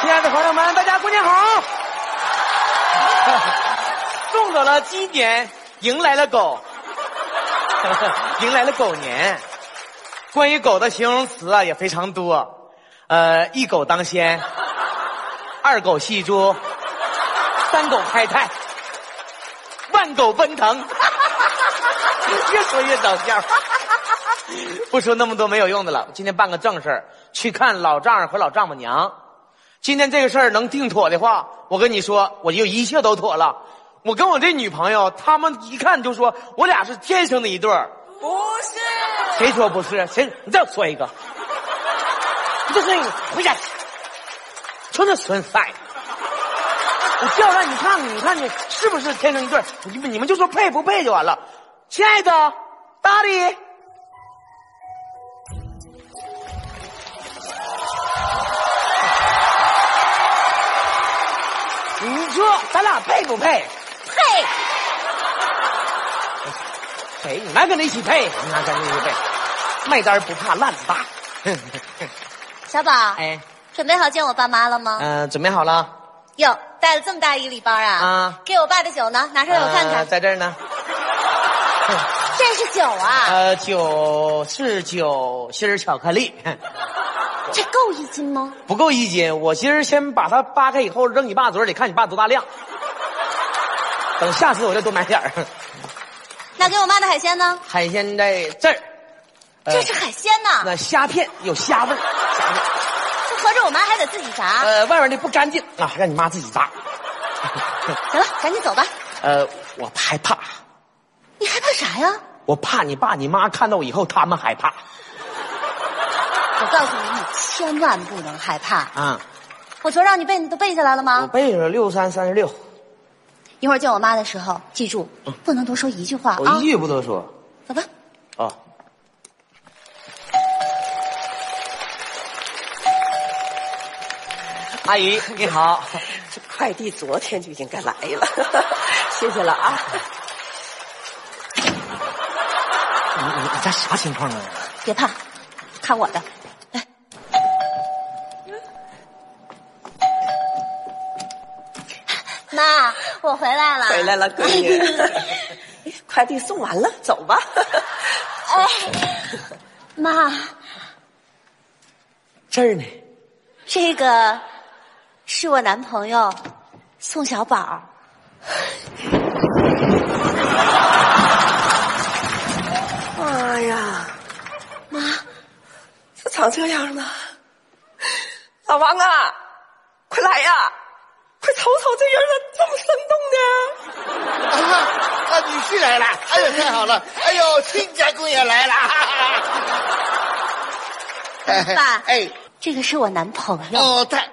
亲爱的朋友们，大家过年好！ 送走了鸡年，迎来了狗， 迎来了狗年。关于狗的形容词啊也非常多，呃，一狗当先，二狗戏珠，三狗开泰，万狗奔腾， 越说越搞笑。不说那么多没有用的了，今天办个正事儿，去看老丈人和老丈母娘。今天这个事儿能定妥的话，我跟你说，我就一切都妥了。我跟我这女朋友，他们一看就说我俩是天生的一对儿。不是，谁说不是？谁？你再说一个，你再说一个，回家去。就那损色，我就要让你看看，你看你是不是天生一对儿？你们你们就说配不配就完了。亲爱的，大理。你说咱俩配不配？配配，你妈跟他一起配，你妈跟他一起配，卖单不怕烂子 大。小宝，哎，准备好见我爸妈了吗？嗯、准备好了？哟、带了这么大一个礼包啊！啊给我爸的酒呢，拿出来我看看。呃在这儿呢。这是酒啊，呃，九是九心儿巧克力， 啊这够一斤吗？不够一斤。我今儿先把它扒开以后扔你爸嘴里，看你爸多大量。等下次我再多买点儿。 那给我妈的海鲜呢？海鲜在这儿，呃这是啊海鲜呐、那虾片有虾味儿，虾味儿。这合着我妈还得自己炸。呃，外面的不干净啊，让你妈自己炸。 行了，赶紧走吧。呃，我害怕，你害怕啥呀？我怕你爸你妈看到我以后他们害怕我告诉你，你千万不能害怕。啊。我昨儿让你背，你都背下来了我吗？背着六三三十六，一会儿见我妈的时候，记住不能多说一句话啊。嗯哦我一句不多说走吧。啊。阿姨你好，这快递昨天就应该来了，谢谢了啊！你你你家啥情况啊？别怕，看我的。来，妈，我回来了。回来了，闺女，哎快递送完了，走吧。哎，妈，这儿呢，这个是我男朋友宋小宝。哎呀，妈，咋长这样呢？老王啊，快来呀、快瞅瞅这人咋这么生动呢？啊，啊，女婿来了！哎呦，太好了！哎呦，亲家公也来了！爸哎，这个是我男朋友。哦，太，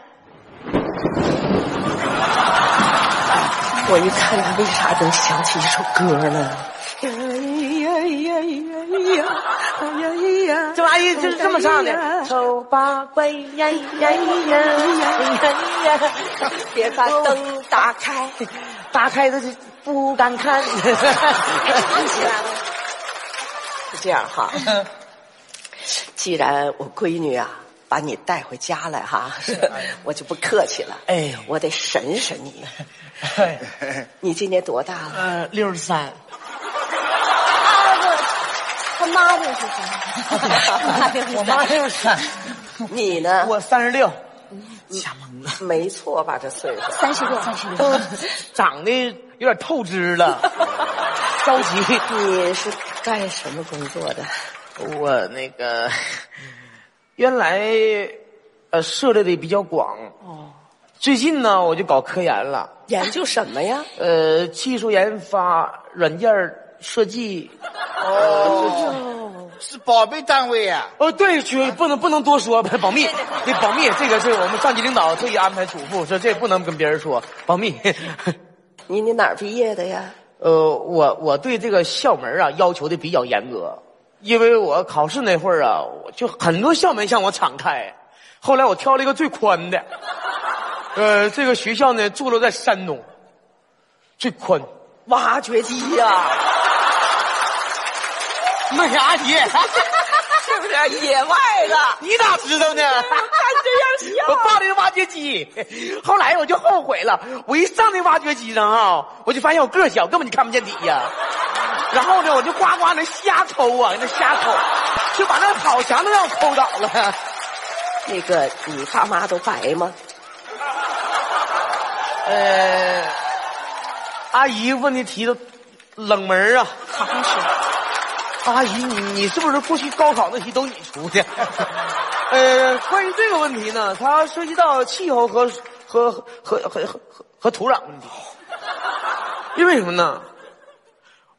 我一看他为啥能想起一首歌呢？哎呀呀呀呀！哎呀呀！这阿姨就是这么唱哎的。呀丑八怪呀呀呀呀呀！别把灯打开。打开的就不敢看。这样哈，既然我闺女啊把你带回家来哈，我就不客气了。哎我得审审你。你今年多大了？呃，六十三。他妈就是谁？我妈六十三，你呢？我三十六，吓懵了，没错吧？这岁数，三十六，三十哦六。长得有点透支了，着急。你是干什么工作的？我那个 原来呃涉猎的比较广，最近呢我就搞科研了，研究什么呀？呃，技术研发、软件设计。是宝贝单位啊！哦，对，去不能不能多说， 保密，得保密。这个是我们上级领导特意安排嘱咐，说这不能跟别人说，保密。你你哪儿毕业的呀？呃，我我对这个校门啊要求的比较严格，因为我考试那会儿啊，我就很多校门向我敞开，后来我挑了一个最宽的，呃，这个学校呢坐落在山东，最宽。挖掘机呀、那是阿姨，是不不是野外的？你咋知道呢？看这样我像。抱的挖掘机，后来我就后悔了。我一上那挖掘机上啊，我就发现我个儿小，根本就看不见底呀、然后呢，我就呱呱那瞎抠啊，那瞎抠，就把那好墙都让我抠倒了。那个，你爸妈都白吗？呃，阿姨问的题都冷门儿啊。好像是。阿姨，你你是不是过去高考那题都你出的？ 呃，关于这个问题呢，它涉及到气候和和和和和和和土壤问题。因为什么呢？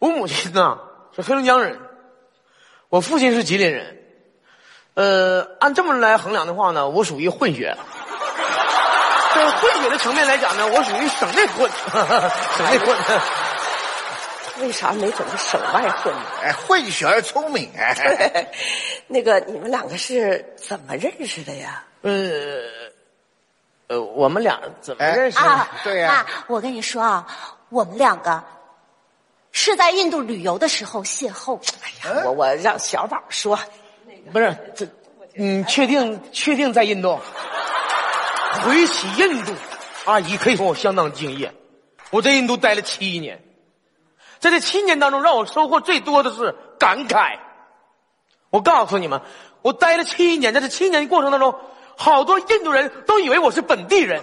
我母亲呢是黑龙江人，我父亲是吉林人。呃，按这么来衡量的话呢，我属于混血。在混血的层面来讲呢，我属于省内混， 省内混。为啥没整个省外混呢？ 哎，混血儿聪明 哎，那个，你们两个是怎么认识的呀？呃，呃，我们俩怎么哎认识的？啊，对呀妈，我跟你说啊，我们两个是在印度旅游的时候邂逅。哎我我让小宝说，不是这，你确定确定在印度？回起印度，阿姨可以说我相当敬业。我在印度待了七年，在这七年当中，让我收获最多的是感慨。我告诉你们，我待了七年，在这七年过程当中，好多印度人都以为我是本地人，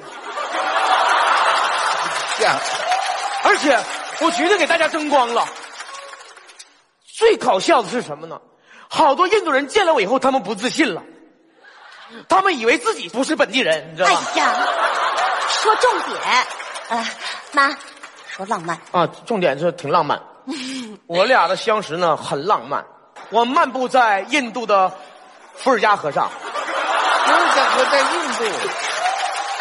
像而且我绝对给大家争光了。最搞笑的是什么呢？好多印度人见了我以后，他们不自信了，他们以为自己不是本地人，你知道哎吧？呀，说重点，呃，妈，多浪漫。啊，重点是挺浪漫。 我俩的相识呢很浪漫，我漫步在印度的伏尔加河上，刘小河在印度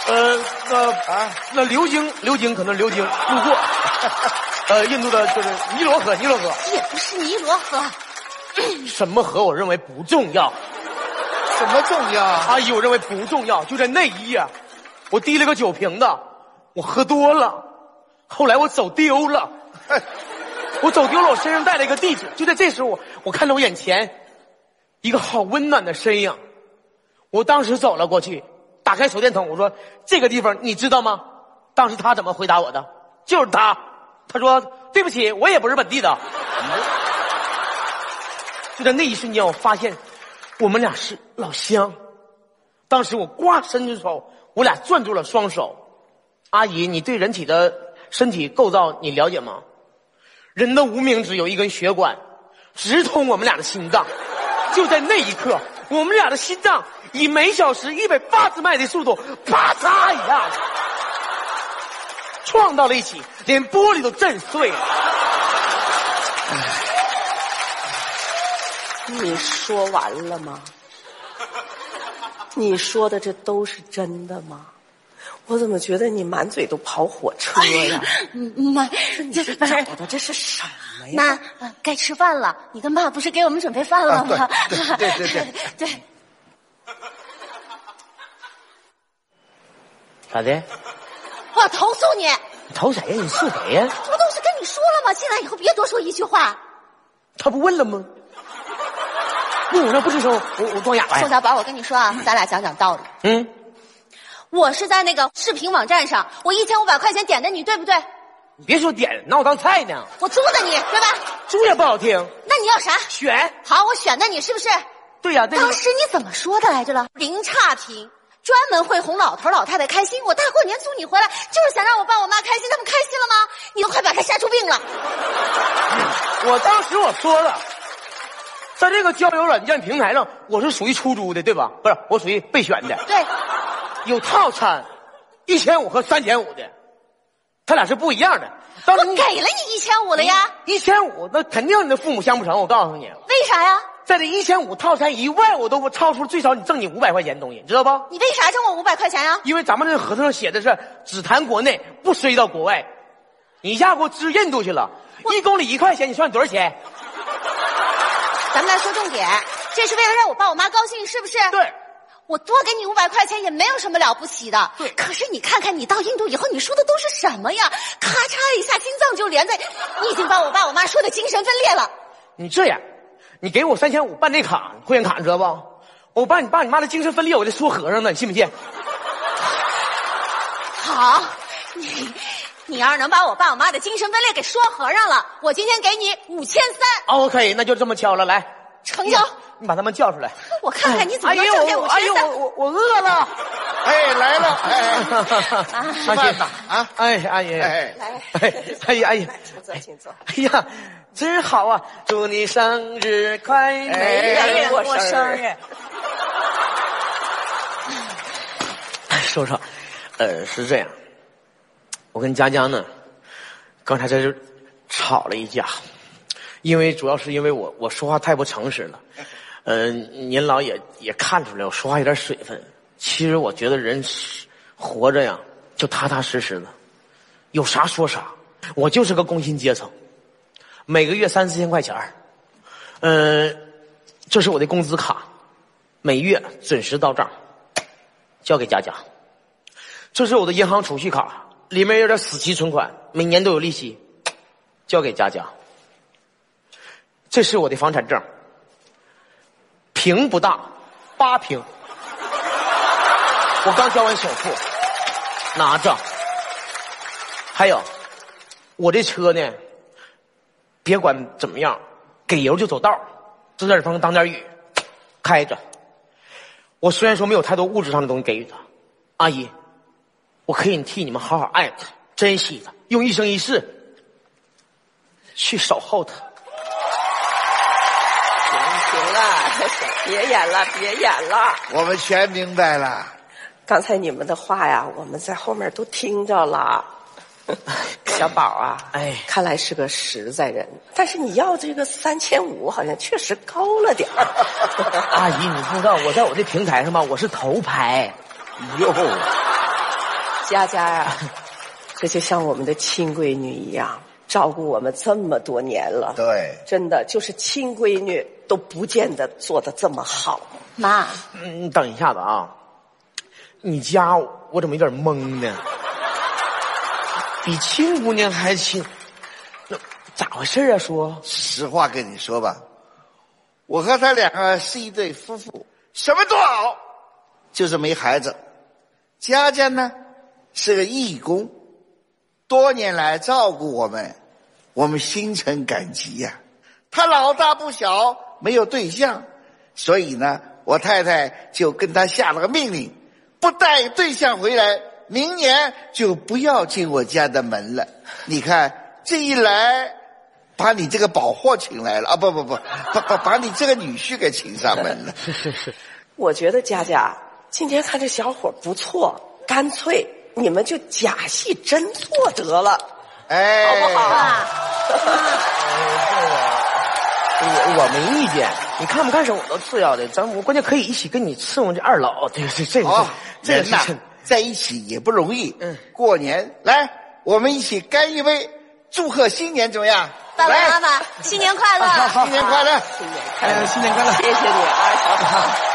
呃，那啊，那流经流经可能流经路过， 呃，印度的就是尼罗河，尼罗河也不是尼罗河，什么河我认为不重要，什么重要？阿姨我认为不重要，就在那一夜，我提了个酒瓶子，我喝多了，后来我走丢了。我走丢了，我身上带了一个地址。就在这时候，我我看到我眼前一个好温暖的身影，我当时走了过去，打开手电筒，我说：“这个地方你知道吗？”当时他怎么回答我的？就是他，他说：“对不起，我也不是本地的。”就在那一瞬间，我发现我们俩是老乡。当时我呱伸出手，我俩攥住了双手。阿姨，你对人体的身体构造你了解吗？人的无名指有一根血管，直通我们俩的心脏。就在那一刻，我们俩的心脏以每小时一百八十迈的速度，啪嚓一下子撞到了一起，连玻璃都震碎了。你说完了吗？你说的这都是真的吗？我怎么觉得你满嘴都跑火车呀？嗯妈，这不是找的这是什么呀？妈，呃该吃饭了。你跟爸不是给我们准备饭了吗啊？对对对对 对咋的？我投诉你，你瞅谁呀？你是谁呀？这不都是跟你说了吗？进来以后别多说一句话。他不问了吗？问我那不吱声，我我装哑巴呀？宋小宝，我跟你说 啊，咱俩讲讲道理。嗯，我是在那个视频网站上，我一千五百块钱点的你，对不对？你别说点，拿我当菜呢，我租的你，对吧？猪也不好听。那你要啥？选，好，我选的你是不是？对呀、这当个时你怎么说的来着了？零差评，专门会哄老头老太太开心。我大过年租你回来，就是想让我爸我妈开心，他们开心了吗？你都快把他吓出病了！我当时我说了，在这个交友软件平台上，我是属于出租的，对吧？不是，我属于备选的，对，有套餐，一千五和三千五的，他俩是不一样的。当我时你给了你一千五了呀，一千五，那肯定你的父母相不成。我告诉你，为啥呀？在这一千五套餐以外，我都不超出最少你挣你五百块钱的东西，你知道不？你为啥挣我五百块钱呀？因为咱们这合同上写的是只谈国内，不涉及到国外。你一下给我支印度去了，一公里一块钱，你算多少钱？咱们来说重点，这是为了让我爸我妈高兴，是不是？对。我多给你五百块钱也没有什么了不起的。对可是你看看，你到印度以后，你说的都是什么呀？咔嚓一下，心脏就连在，你已经把我爸我妈说的精神分裂了。你这样，你给我三千五办这卡，会员卡，你知道不？我把你爸你妈的精神分裂，我得说和尚呢，你信不信？好，你你要是能把我爸我妈的精神分裂给说和尚了，我今天给你五千三， OK，那就这么敲了，来，成交。你把他们叫出来。我看看你怎么哎能呦挣这我五哎千呦，三。我我我饿了。哎，来了，哎，吃饭吧啊哎，阿姨，哎哎，来，阿姨，阿姨，请坐，请坐。哎呀，真好啊！祝你生日快乐！哎没人过生生日日，哎，叔叔，呃，是这样，我跟佳佳呢，刚才在这吵了一架，因为主要是因为我我说话太不诚实了，呃，您老也也看出来我说话有点水分。其实我觉得人是活着呀，就踏踏实实的，有啥说啥。我就是个工薪阶层，每个月三四千块钱儿，呃，这是我的工资卡，每月准时到账。交给佳佳。这是我的银行储蓄卡，里面有点死期存款，每年都有利息，交给佳佳。这是我的房产证，平不大，八平。我刚交完首付，拿着。还有，我这车呢，别管怎么样，给油就走道，遮点风挡点雨，开着。我虽然说没有太多物质上的东西给予他，阿姨，我可以替你们好好爱他，珍惜他，用一生一世去守候他。行行了，别演了，别演了。我们全明白了。刚才你们的话呀，我们在后面都听着了。小宝啊，哎看来是个实在人，但是你要这个三千五，好像确实高了点儿。阿姨，你不知道我在我这平台上吧，我是头牌。哟，佳佳啊呀，这就像我们的亲闺女一样，照顾我们这么多年了。对真的就是亲闺女都不见得做得这么好。妈，嗯，你等一下子啊，你家我怎么有点懵呢？比亲姑娘还亲，那咋回事啊？叔，实话跟你说吧，我和他两个是一对夫妇，什么都好，就是没孩子。佳佳呢是个义工，多年来照顾我们，我们心存感激呀、他老大不小，没有对象，所以呢，我太太就跟他下了个命令，不带对象回来，明年就不要进我家的门了。你看这一来，把你这个宝货请来了啊！不不不，把把把你这个女婿给请上 门了。我觉得佳佳今天看这小伙不错，干脆你们就假戏真做得了。哎，好啊不好爸，我我没意见，你看不看上我都次要的，咱我关键可以一起跟你伺候这二老，对对，这个好是，这个哦人是呐真的，在一起也不容易。嗯，过年来，我们一起干一杯，祝贺新年，怎么样？爸爸来妈妈，新年快乐！ 新年快乐！新年快乐！哎，新年快乐！谢谢你啊，小宝。